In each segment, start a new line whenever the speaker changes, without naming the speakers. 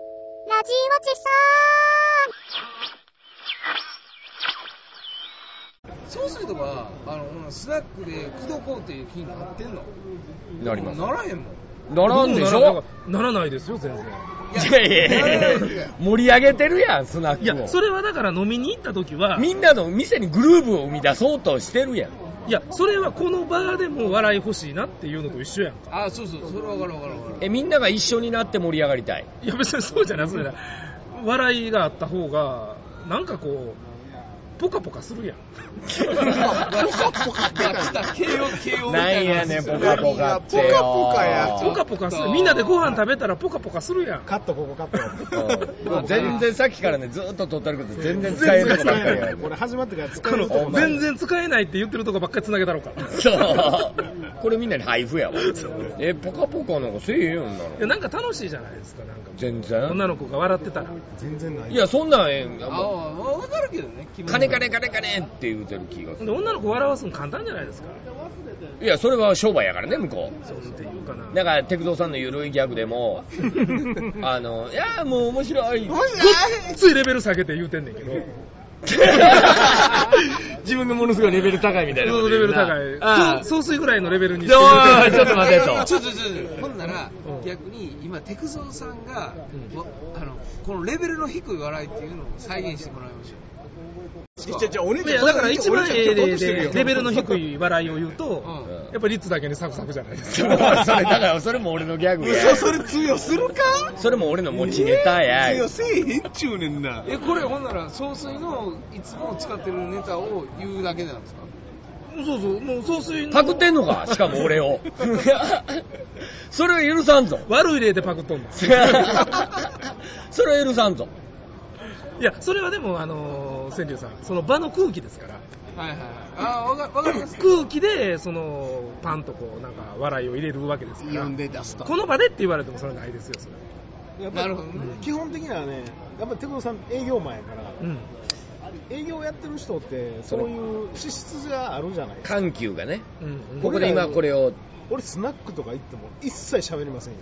じおじさ
そうするとか、あの、うんスナックで口説こうっていう気になってんの
なります。
ならへんもん。
ならんでし
僕もなら
ょ
ならないですよ、全然。
いやいやいやいや盛り上げてるやん、スナックを。
いや、それはだから飲みに行った時は、
みんなの店にグルーブを生み出そうとしてるやん。
いや、それはこの場でも笑い欲しいなっていうのと一緒やん。
あ、そうそう、それわかるわかるわかる。
え、みんなが一緒になって盛り上がりたい。
いや、別にそうじゃない、それ笑いがあった方が、なんかこう、ポカポカするやん。
ポカポカってなんだ形容形容み
な
た
ん
い
や
な
ねん、
話
ポ
ですよ
カポカってよ。
ポカポカや
ポカポカする。みんなでご飯食べたらポカポカするやん。
カット、ここカット。
うんもう全然さっきからね、ずーっと撮ってるけど、 全然使えるとこばっかりやる。
これ始まってから使
こ
えると
の
思う。
全然使えないって言ってるとこばっかり繋げたろうか。
そう。これみんなに配布やわ。え、ポカポカなんかせえへんよ、んなの
い。や、なんか楽しいじゃないですか、なんか。
全然。
女の子が笑ってたら。
全然ないい。
や、そんなんええん
あわわかるけどね、気持ち
金金金金って言うてる気がす
ほん
る。
で、女の子笑わすの簡単じゃないですか。
いや、それは商売やからね、向こう。
そうっていうかな。
だから、テクゾーさんのゆるいギャグでも、あの、いや、もう面白い。
ついレベル下げて言うてんねんけど。
自分がものすごいレベル高いみたいなこ
そ
と
うレベ
言う
ル
な。
高い。
そう
そう総水ぐらいのレベルに
でおいおいちょっと待てと
ちょちょちょちょほんなら
うん
逆に今テクゾーさんが、わあのこのレベルの低い笑いっていうのを再現してもらいましょう
ちゃちゃ、お姉
いや、だから一番ええ例で、レベルの
低い。
低い笑いを言う
う
と、
ん
やっぱり率だけにサクサクじゃないです
そ
か。
れ、だから、それも俺のギャグや。
嘘、それ通用するか
それも俺の持ちネタや。
通用せえへんちゅうねんな。
えこれほんなら総帥のいつも使ってるネタを言うだけなんですか
そうそう、もう総水の。
パクってんのかしかも俺を。それは許さんぞ。
悪い例でパクっとんの。
それは許さんぞ。
いや、それはでも、あのー、千流さん、その場の空気ですから。
はいはいはいあわかわかります
空気で、その、パンとこう、なんか、笑いを入れるわけですか
呼
ら
ん。で出すと。
この場でって言われてもそれはないですよ、それは。
やっ
な
ぱ
る
り
ほどね
基本的にはね、やっぱテクノさん営業マンやから、
うん。
営業やってる人って、そういう資質があるじゃないですか。
緩急がね。
うん。
ここで今これを、
俺、スナックとか行っても一切喋りませんよ。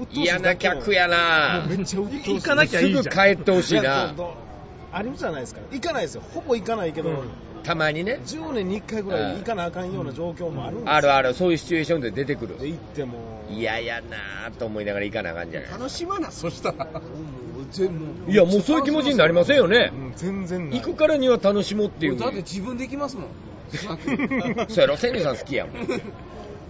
鬱陶しい
嫌な客や
も
な
うめっちゃ鬱陶しい
行かなきゃ
す
いいじゃ
ぐ
ん。
帰ってほしい
や
な
そうそうあるじゃないですか。行かないですよ。ほぼ行かないけど、
うん
たまにね。
10年に1回ぐらい行かなあかんような状況もあるんですよ。
あるある、そういうシチュエーションで出てくる。
で行っても、
嫌やなと思いながら行かなあかんじゃない。
楽しまな、そしたら。
もう全も
いや、もうそういう気持ちになりませんよね
う。ん、全然ない。
行くからには楽しもうっていう。
だって自分できますもん
そうやろ、セニュさん好きやもん。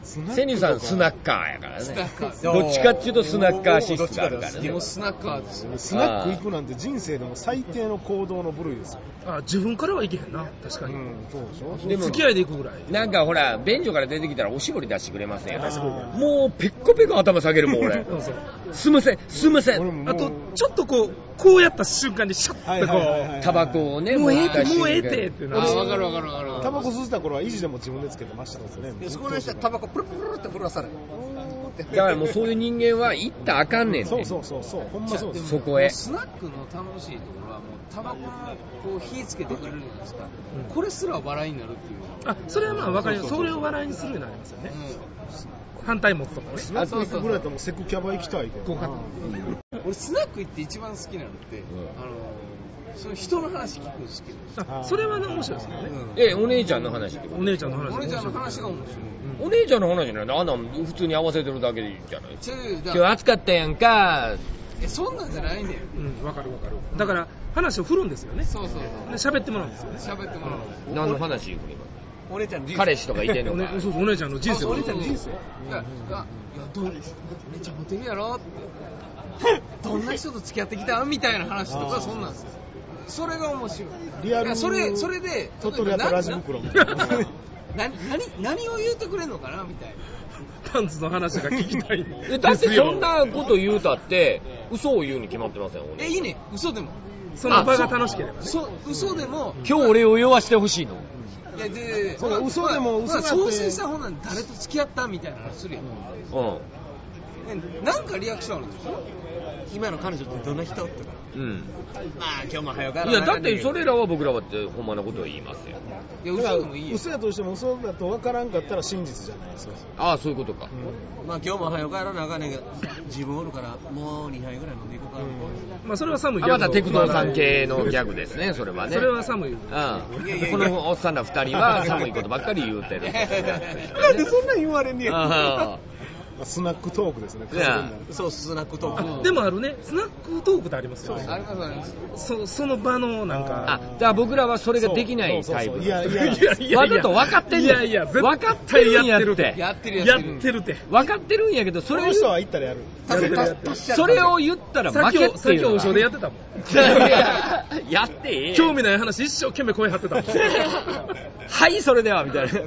スナック
セニュさん
とか
スナッカーやから
スナッ
ね。
カー
どっちかっていうとスナッカー資質があるから
で
ね
も。スナッカーですよ
スナック行くなんて人生でも最低の行動の部類ですよ。
あ、自分からはいけへんな。確か
う
に。
ん、そうでしょ
でも
付き合いで行くぐらい。
なんかほら、便所から出てきたらおしぼり出してくれますね。
確か
もうペッコペコ頭下げるもん 俺。
そうそう。
すいません、すいませ
俺
ん。
もも
あ
う
と、ちょっとこう、こうやった瞬間にシャッ
はい
て
はいはいは
こ
い
タバコをね、
う、もうええ
持
て、
ち出して
もうええてって
あ
な。
わかるわかるわかるわか
タ
る
バコ吸ってた頃は維持でも自分でつけてましたからね。
そこの人はタバコプルプルプルって振らされる
だからもうそういう人間は行ったらあかんねん
そ
て
う。そうそうそう、ほんまそうです。
そこへ。
スナックの楽しいところはもうタバコのこう火つけてくれるじゃないですか、これすら笑いになるっていう、
あ、それはまあわかります。それを笑いにするようになりますよね。反対持つとかね。
スナック行くぐらいだったらもうセクキャバ行きたいけど
こうか
な。
うん俺スナック行って一番好きなのって、あのその人の話聞くの好きなんですよ
あ、それはね、面白いですよね。
え、お姉ちゃんの話ってこ
お姉ちゃんの話。
俺ちゃんの話が面白い
とお姉ちゃんの話じゃないあんなん普通に合わせてるだけでいいじゃない
ちょだ
今
か
日
ら
暑かったやんか。
いやそんなんじゃないんだよ
うん、わかるわかる。だから、話を振るんですよね。
そうそう
で喋ってもらうんですよね。
そう喋ってもらおう
何の話これ今
お姉ちゃんの人生
彼氏とかいてん
お
のか
ね、。そうそうお姉ちゃんの人生を
俺たちの人生いやいやいやどうめっちゃモテるやろって どんな人と付き合ってきたんみたいな話とかそんなんですよそれが面白い
リアル
いやそれそれで
鳥取やったらラジ袋みたいな。
何何何を言うてくれんのかなみたい
パンツの話が聞きたい。
えだってそんなこと言うたって、嘘を言うに決まってません、お
なえ
姉ち
いいね嘘でも
その場が楽しければね。
そ嘘でも
ゃん今日俺を酔わしてほしいの。
いやで
そう嘘でも嘘だって
総帥さんほんなん誰と付き合ったみたいな話するやん、
うん。
ねなんかリアクションあるでしょ
今の彼女ってどんな人とか
うん。
まあ今日も早うから
いや、だってそれらは僕らはって、ほんまのことを言いますよ。
いや嘘でもいいよ
嘘やとしても嘘だと分からんかったら真実じゃないですか。
ああ、そういうことか。
まあ今日も早う帰らなあかんねんけど自分おるからもう2杯ぐらい飲んでいこうか
まあ、それは寒い
あ
ギ
ま
ャグ
たテクノさん系のギャグですね、それはね。
それは寒い
うん。このおっさんら二人は寒いことばっかり言うてる。
なんでそんなん言われんねや
あ
まあスナックトークですね。
いや
そうスナックトーク
でもあるねスナックトークってありますよね
ありがとうございます
そその場のなん
ああ
か、
じゃあ僕らはそれができない
そう
タイ
そうそう
プ。
いやい や
いやいやいや
わざと分かってんねん
いやいや絶対
分かってるんやって
やってる
やってる
や
や
っ
ってる
てるって
分かってるんやけど、そ
そ
れ
の
を
人は行ったらやる。
それを言ったら
さっ
負
き
けっ
お
て
さっ
い
き
う
お
の
衣装で
が。
やってたもん
いややってええ。
興味ない話一生懸命声張ってたもん
はい、それでは、みたいな。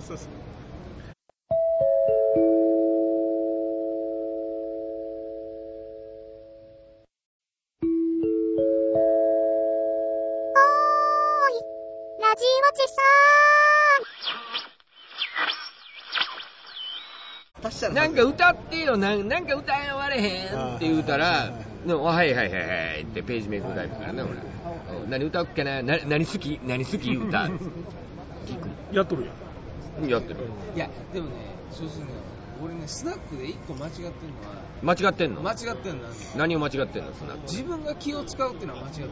ラジオチさーん
なんか歌ってよ、なんなんか歌われへんって言うたら、のはいはいはいはいってページめくるタイプだからね、俺。うん何歌うっけなな何好き何好き歌
やっとるやん
やってる。
いやでもねそうするね俺ねスナックで一個間違ってる
間違ってん
の
の
は間違ってるのは
何を間違ってんのそんな。い
自分が気を使うっていうのは間違ってる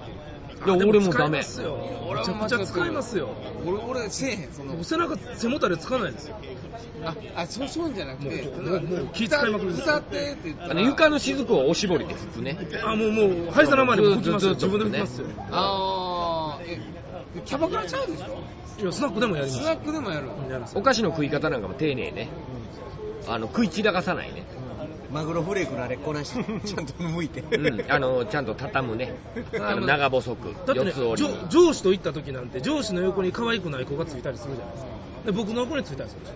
や、
で
俺も
使
ダ
い
メ
ま。すよ
俺
めちゃ
も間違っ
くち
てる
ゃ使いますよ
俺俺せえへんその
背中背もたれつかないですよ
ああそうそういうんじゃなくて
もう
例えば
もうもう気遣いまくるんですよ
歌ってって言った
あ
ら
の床の雫をおしぼりで拭くね。
あもうもう灰皿までも拭きますよ
ず
自
っと
分
ず
で
っと
拭きますよ
ああえキャバクラちゃうでしょ
いやスナックでもやりま
ス
す
ナックでもやる
やります
お菓子の食い方なんかも丁寧ね。あの、食い散らかさないね。
マグロフレークのあれこなしてちゃんと向いて
うん。あの、ちゃんと畳むね。あの長細く、
だってね
四つ折りに。
上上司と行った時なんて上司の横に可愛くない子がついたりするじゃないですかで僕の横についたりするでしょ、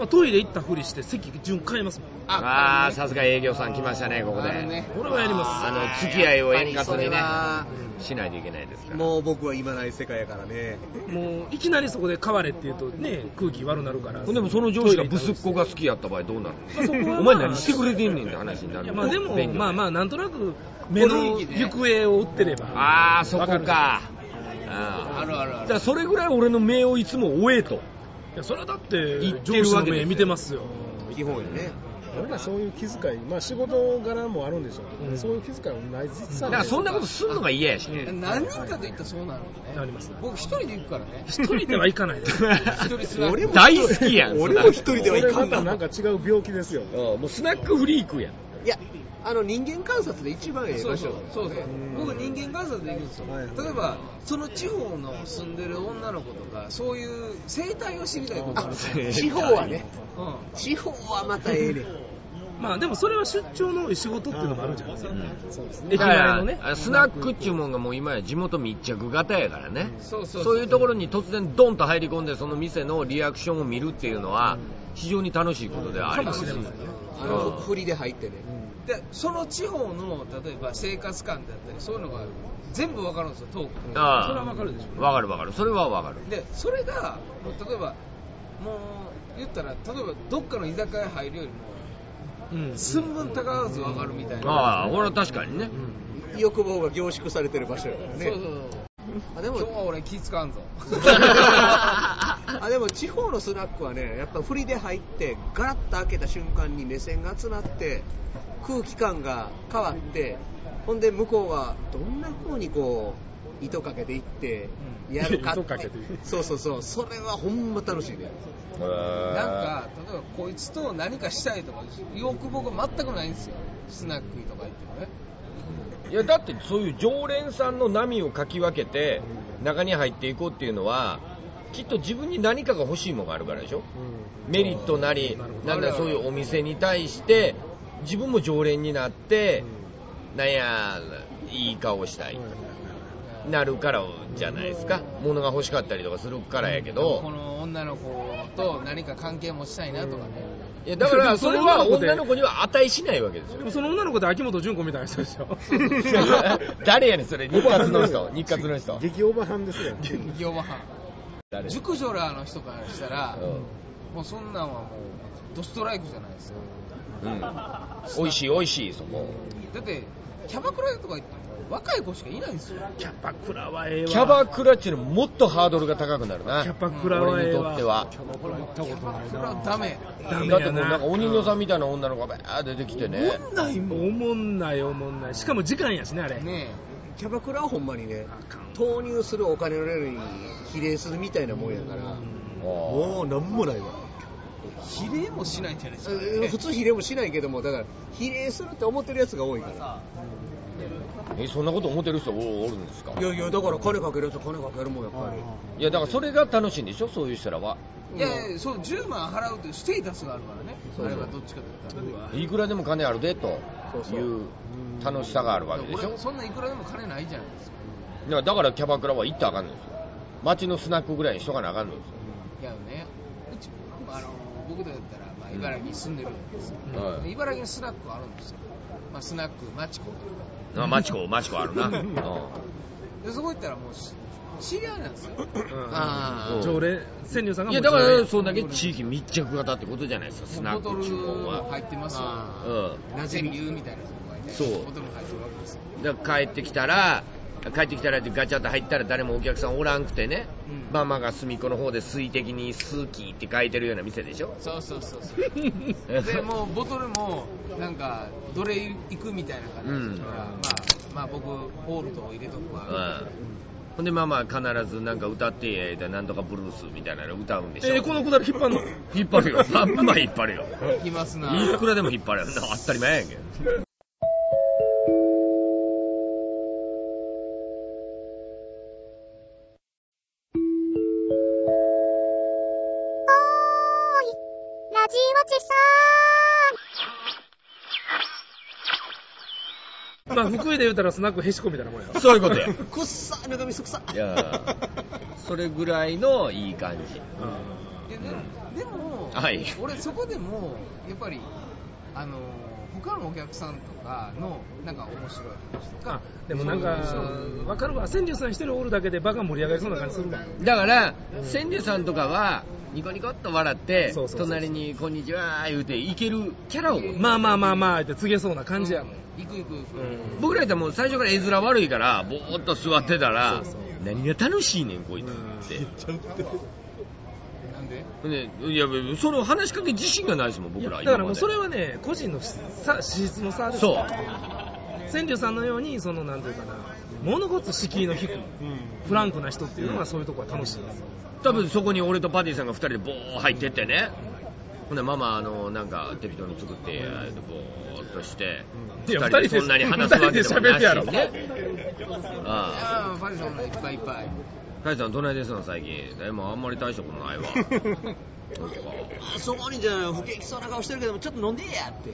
まあ、トイレ行ったふりして席順変えますもん
ああ、さすが営業さん来ましたね、ここで。
あるね
これはやります
あの付き合いを円滑にね
やっぱり
しないといけないです
そ
か
れは
ら
もう僕は今ない世界やからね
もういきなりそこで変われって言うとね空気悪なるから
でもその上司がブスっ子が好きやった場合どうなる
そこはまあ
のお前何してくれてんねんって話にないる
やまあでもまあまあなんとなく目
目
の
の
行方を追ってれば
ああーそこか
わか
あ
あるあるあ
だ
る
からそれぐらい俺の目をいつも追えと
いやそれはだって
言って
上
る
司
わ
の
けです
目
よ
見てますよ
基本よね
なんかそういう気遣い、まあ仕事柄もあるんでしょうけど、
うん
そういう気遣いもない
だからそんなことすんのが嫌やしね
何人かと行ったらそうなるの
な
ね
りますね
僕一人で行くからね
一人ではい かないです
一人スナック
俺も
大好きやん
俺も一
ス
人ではい
それ
か
ま
ん
たな
なん
か違う病気ですよ。
ナックうんもうスナックフリークやん
いやあの人間観察で一番ええ
そう
場
そ
所
うそうそう僕人間観察できるんですよ
はい
例えばその地方の住んでる女の子とかそういう生態を知りたいことあるか
地方はね
らうん
地方はまたええねん
まあでもそれは出張の仕事っていうのもあるんじゃないですか
そうですね。
駅
だか
前の
ら
ね
あスナックっちゅうもんがもう今や地元密着型やからね
そうそう
そういうところに突然ドンと入り込んでその店のリアクションを見るっていうのは非常に楽しいことではあります
かもしれ
あの振りで入ってね
でその地方の例えば生活感だったりそういうのが全部わかるんですよトークで
ああ
それはわかるでしょ
わかるわかるそれはわかる
でそれがもう例えばもう言ったら例えばどっかの居酒屋入るよりも
うん
寸分たがわずわかるみたいな
ああこれは確かにね
欲望が凝縮されてる場所やから
そう
ね
そうそう
あで
今日
も
は俺気使 わんぞ
あでも地方のスナックはねやっぱ振りで入ってガラッと開けた瞬間に目線が集まって空気感が変わってほんで向こうがどんな風にこう糸かけていってやるかって、
糸かけていく
そうそうそうそれはほんま楽しいね
なんか例えばこいつと何かしたいとか欲望が全くないんですよスナックとか行ってもね
いやだってそういう常連さんの波をかき分けて中に入っていこうっていうのはきっと自分に何かが欲しいものがあるからでしょメリットなりなんだそういうお店に対して自分も常連になってなんやいい顔したいなるからじゃないですか物が欲しかったりとかするからやけど
この女の子と何か関係もしたいなとかね、
いやだから それは女の子には値しないわけですよ
でもその女の子って秋元純子みたいな人で しょ
誰やねんそれ日活の人日活の 人
激オバ班ですよ。
業務班
誰
熟女らの人からしたら、
う
もうそんなんはもうドストライクじゃないですか
んうん美味しい美味しいそこ
だってキャバクラとか行って若い子しかいないんですよ
キャバクラはええわ
キャバクラっていうのもっとハードルが高くなるな
キャバクラは
俺
え
に
え
と
わ
っては
ほら行ったことない
それは
な
ダメ
ダメ
だ
や
ってもうなんかお人形さんみたいな女の子がバーッ出てきてね
おもんないもんおもんないおもんないしかも時間やしねあれ
ね
キャバクラはほんまにね
あかん
投入するお金のレベルに比例するみたいなもんやから
おー
もうなんもないわ
え比例もしないんじゃないですか、
え普通比例もしないけどもだから比例するって思ってるやつが多いか
えそんなこと思ってる人おおるんですから
いやいやだから金かけるやつは金かけるもんやっぱり
いやだからそれが楽しいんでしょそういう人らはい
やいやそう10万払うというステータスがあるからねあれはどっちかというと
いくらでも金あるでと
そうそ
いうう楽しさがあるわけでし
俺
ょ
はそんないくらでも金ないじゃないですか
いやだからキャバクラは行ったらあかんのですよ街のスナックぐらいにしとかなあかんのですよ
いやねうちあの僕だったら、まあ、茨城に住んでるんですよ、
はい
茨城にスナックあるんですよ、まあ、スナックマチコ
あマチコマチコあるなうん
でそこ行ったらもうし知り合いなんですよ
うん
常連千里さんが
い
も
や
う
だか
常
ら
連
そんだけ地域密着型ってことじゃないですかスナ
ボ
ッ
ト
ク
ル
注文
も
は
入ってますよ
う
なぜ理由みたいな人がいて
そう
ボトルも入ってるわけですよ、
んだから帰ってきたら帰ってきたらってガチャッと入ったら誰もお客さんおらんくてね、
うん
ママが隅っこの方で水滴に「スーキー」って書いてるような店でしょ
そうそうそうそう でもうボトルもなんかどれ行くみたいな感じだから、
う
まあ、
ん
まあ僕オールドを入れとくわ、
ほんでママは必ずなんか歌ってええだなんとかブルースみたいなの歌うんでしょ、
えーこのくだり引っ張んの
引っ張るよまんま引っ張るよ
行きますない
くらでも引っ張るよ当たり前やんけ
ラジオチさん
まあ福井で言うたらスナックへしこみたいなもんや
そういうことや
くっさ中身すくさ
いやーそれぐらいのいい感じ
いやでもでも、
はい
俺そこでもやっぱりあの他のお客さんとかのなんか面白い話と
あ
か
でもなんか
そう
わかるわ千里さん一人おるだけで場が盛り上がりそうな感じするわ
だから千里さんとかはニコニコっと笑って
そうそうそうそう
隣に「こんにちは」言うていけるキャラを持って
まあまあまあまあって告げそうな感じやもん
行く行く行く、
僕らやったらもう最初から絵面悪いからぼーっと座ってたら何が楽しいねんこいつって
なんで
ね、いや、その話しかけ自信がないですもん、僕ら。
だからもうそれ
は。
はね個人のしさ資質の差です
そう。
千里さんのようにそのなんていうかな物事敷居の低いフランクな人っていうのはそういうとこは楽しいです
多分そこに俺とパディさんが二人でボー入ってってね。ほんで、ママ、あの、なんか適当に作って、ボーっとして。
いや
二人でそんなに話すわけでもな
二人で喋っ
して
やろ
ね。 ああ。
ああファジさんもいっぱいいっぱい
パディさん、どないですの、最近。でも、あんまり大したことないわ。
あそこにじゃあ不景気そうな顔してるけどもちょっと飲んでやって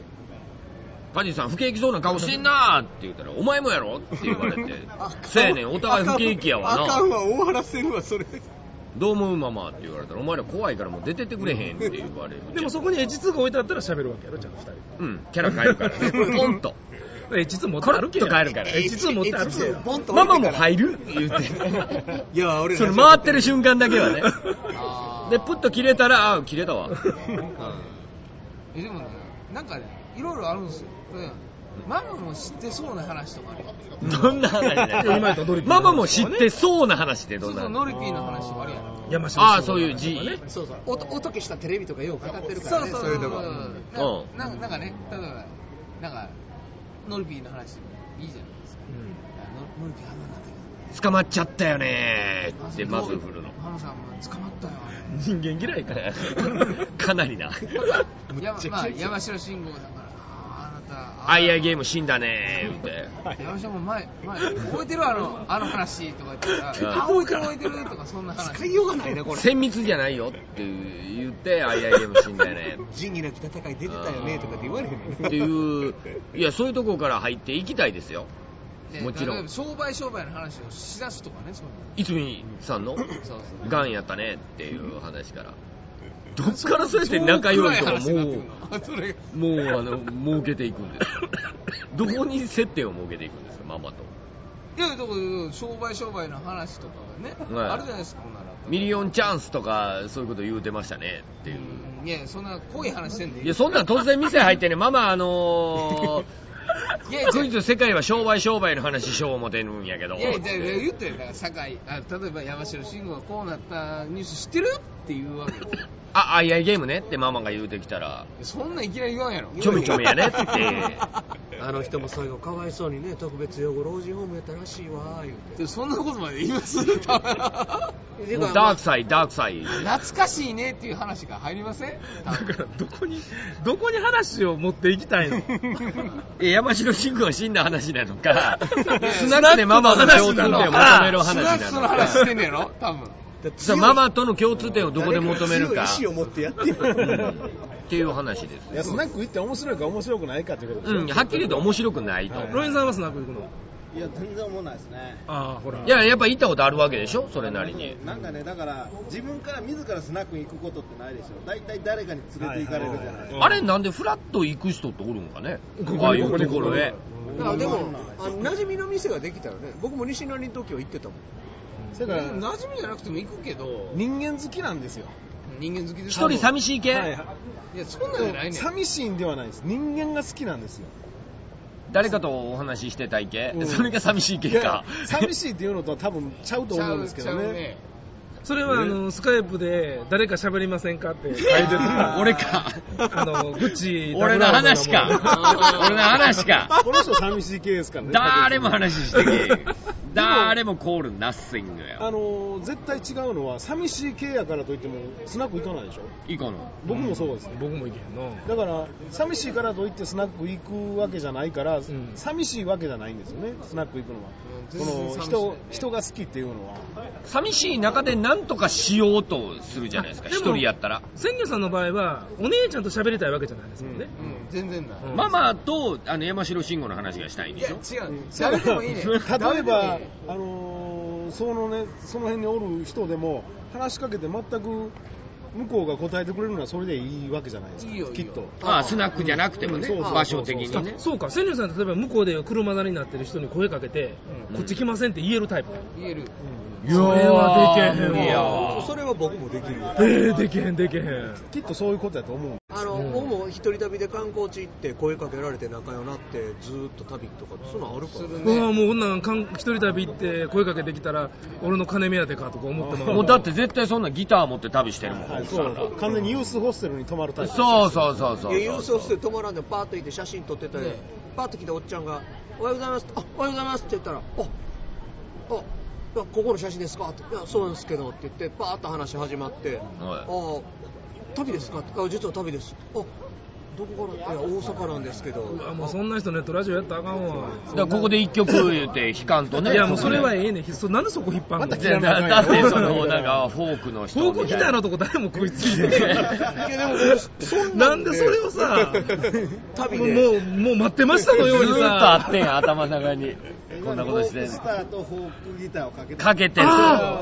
パディさん、不景気そうな顔してんなーって言ったら、お前もやろって言われて
あ。
せやねん、お互い不景気やわな。
あかんわ大原せるわそれ
どう思うママって言われたら、お前ら怖いからもう出てってくれへんって言われる。
でもそこに実が置いてあったら喋るわけやろちゃんと二人
うん、キャラ変えるからね。ポンと。
え実持って歩け
コロッと帰るから
え実持って歩け
え実ボンと
ママも入る言うて。
いや俺
そ
ら
れ回ってる瞬間だけはね。
あー
で、プッと切れたら、あー切れたわ。
えでもねなんかねいろいろあるんですよでママも知ってそうな話とかね
どんな話だ
今やったらドリ
よ
フ
ママも知ってそうな話ってど
そうんそう
な
ノリピーの話とかあるやん
山下
ああ、そういう字。
そうそうおとおとけしたテレビとかよう語ってるか
そ
ら
う
ね
そう
そ
そう
いうう
そ
と
う
こ
なななんかね例えばなんかノリピーの話いいじゃないですかノリピーあんなになってる
捕まっちゃったよねーってまず振るの。
ママさんも捕まったよあれ
人間嫌いか
かなりな。
やまあ、山城慎吾さんから、あーあなた、
アイアイゲーム死んだねー言うて。
山城も前、前、覚えてるあの、あの話とか言ったら、あ
う
覚
ん
えてる覚えてるとか、そんな話。
使いようがないなこれ
精密じゃないよって言って、あいやいやも死んだよね。
仁義なき戦い出てたよねとかって言われへんの
っていう、いや、そういうところから入っていきたいですよ。
で
もちろん
例えば商売商売の話をしだすとかね、そういう
いつみさんの
そうそ、
がんやったねっていう話から。どっからそうやって仲良いとか
そう暗い話に
も
なってくるのそれが
う、もうあの、儲けていくんですよ。どこに接点を設けていくんですか、ママと。
いや、だから、商売商売の話とかがね、
はい
あるじゃないですか、ほんなら。
ミリオンチャンスとか、そういうこと言うてましたねっていう。
うんいや、そんな濃い話してんで。
いや、そんなん突然店入ってね、ママ、あのー、
いやいや
クイズ世界は商売商売の話しよう思てるんやけど。
いやいやいや言ってるから堺あ例えば山城慎吾がこうなったニュース知ってるって言うわけですよ
あ、あいあいゲームねってママが言うてきたら、
そんなんいきなり言わんやろ
ちょめちょめやねって。
あの人も最後かわいそうにね特別養護老人ホームやったらしいわ言うて
でそんなことまで言いますたま
て
も
か
うダークサイ、ダークサイ。
ら懐かしいねっていう話が入りません、
だからどこにどこに話を持っていきたいの
え、山城慎吾が死んだ話なのかスナックでママの共通点を求める
スナック
話
そ
な
の
の
話してん
か。
ねやろ多分
さあママとの共通点をどこで求める
強い
か。
意志を持ってやって
うん
る
っていう話です
い。やスナック行って面白いか面白くないかっていうことでしょ
うん、はっきり言うと面白くないと。
ロインさんはスナック行くの
いや全然思わないですね
ああほら
いや、やっぱ行ったことあるわけでしょそれなりに。
なんかねだから自分から自らスナックに行くことってないでしょ大体誰かに連れて行かれるじゃないですか
あれなんでフラッと行く人っておるんかねああいうところへ。
だからでもあの馴染みの店ができたらね僕も西成東京行ってたもん
だから
馴染みじゃなくても行くけど
人間好きなんですよ
人間好きです
一人寂しい系、
はい
いやそんなんじゃないねん
寂しいんではないです人間が好きなんですよ
誰かとお話ししてたい系、
うん
それが寂しい系
い
か
や。寂しいっていうのとは多分ちゃうと思うんですけど
ちゃうちゃう
ね
それはあのスカイプで誰か喋りませんかって書いてた
俺か。
あの愚痴
俺の話か
ダブルアウトだもん。
俺の話 か。
この人寂しい系ですからね
誰も話してけ。誰もコールナッシング
あ
よ。
のー絶対違うのは寂しい系やからといってもスナック行かないでしょ
いいかな。
僕もそうですね、
僕も行けへんの
だから寂しいからといってスナック行くわけじゃないから、
ん
寂しいわけじゃないんですよねスナック行くのは、
うん
こ
全然
の
寂しい
人人が好きっていうのは
寂しい中で何とかしようとするじゃないですか。
で
一
も
人やったら。
千家さんの場合はお姉ちゃんと喋りたいわけじゃないですもんね、
うん全然ない
うん
ママとあの山城慎吾の話がしたいん
い
で
や
し
違
ょ
うね誰でもいいね ん
例
誰
え
でもいい
ば
ねん、
あのーそのねその辺におる人でも話しかけて全く向こうが答えてくれるのはそれでいいわけじゃないですか
いいよいいよ
きっと
ああ、スナックじゃなくてもね、
うんそうそうそう
場所的にね
あ。そうか千家さん例えば向こうで車座になってる人に声かけて、
うん
こっち来ませんって言えるタイプ
言える
いや
それはでけへんわ
いやー
それは僕もできるよ
えー、できへんできへん
きっとそういうことやと思うんで
あの、僕も一人旅で観光地行って声かけられて仲良なってずーっと旅とかそんなんあるからね
うわもうこんなんかん一人旅行って声かけてきたら俺の金目当てかとか思ってまう
もうだって絶対そんなギター持って旅してるもん。
はい、そう完全にユースホステルに泊まるタイプ
そうそうそうそう。
いや郵送して止まらんでパーッと行って写真撮ってたり、パーッと来たおっちゃんが「おはようございます」あおはようございます」って言ったら「ああいやここの写真ですか?」って「いやそうなんですけど」って言ってパーッと話始まって「あ
は
あ旅ですか?」ってあ実は旅です」あどこからいや大阪なんですけど
うわもうそんな人ねとラジオやったらあかんわ
い。だからここで一曲言うて弾かんとね。
いやもうそれはええねんひそなんでそこ引っ張んの
また
フ
来
じ
た
ゃあなだってその、
うん
なんか、フォークの人
ォ
みたいな。
ークギターのとこ誰も食いついてへんなんでそれを さ
旅
も
で
うもう待ってましたの
ず
ように
ーっとあ
さ
ってん、頭の中に。こんなことし
フォー
て
クスターとフォークギターをかけて
かけてる。
あ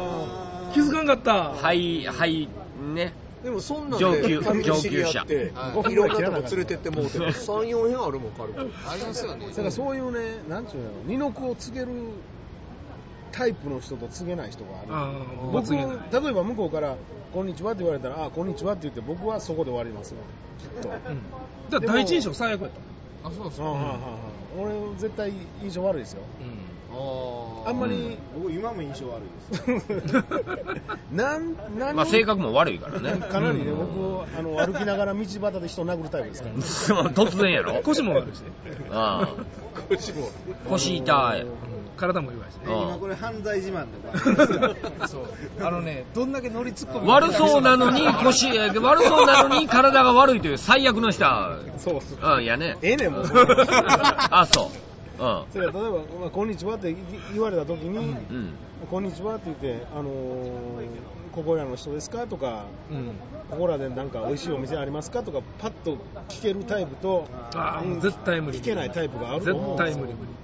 あ
気づかんかった
はい、はい、ね。
でもそんなんで
上級
旅で知り合って
上級
者
いろんなとこ連れてってもうて34編あるもん軽く
ありますよ ね
だからそういうねなんちゅうの二の子を告げるタイプの人と告げない人がある
あー
僕例
次
え
な
ば向こうから「こんにちは」って言われたら「あこんにちは」って言って僕はそこで終わりますよきっと、
うんだから第一印象最悪やった
あそうそう
うんうんうんうん俺絶対印象悪いですよあんまり、
ー僕今も印象悪いです
なん何
まあ、性格も悪いからね。
かなりね、僕あの歩きながら道端で人殴るタイプですから、
突然やろ
腰も悪いしね
ああ腰痛い。
体も弱いしね
あー
今これ犯罪自慢で
あのねどんだけ乗り突っ込む
悪そうなのに腰、え悪そうなのに体が悪いという最悪の人は、
そう
うん、やね。
ええねんもう
あ、そう。うん。
それ例えば、まあ「こんにちは」って言われた時に
う
「
ん。
こんにちは」って言って「あのーここらの人ですか?」とか
うん
「ここらでなんか美味しいお店ありますか?」とかパッと聞けるタイプと
ああもう絶対無理
聞けないタイプがあると思う
絶
ん
対
ですよ
無理無理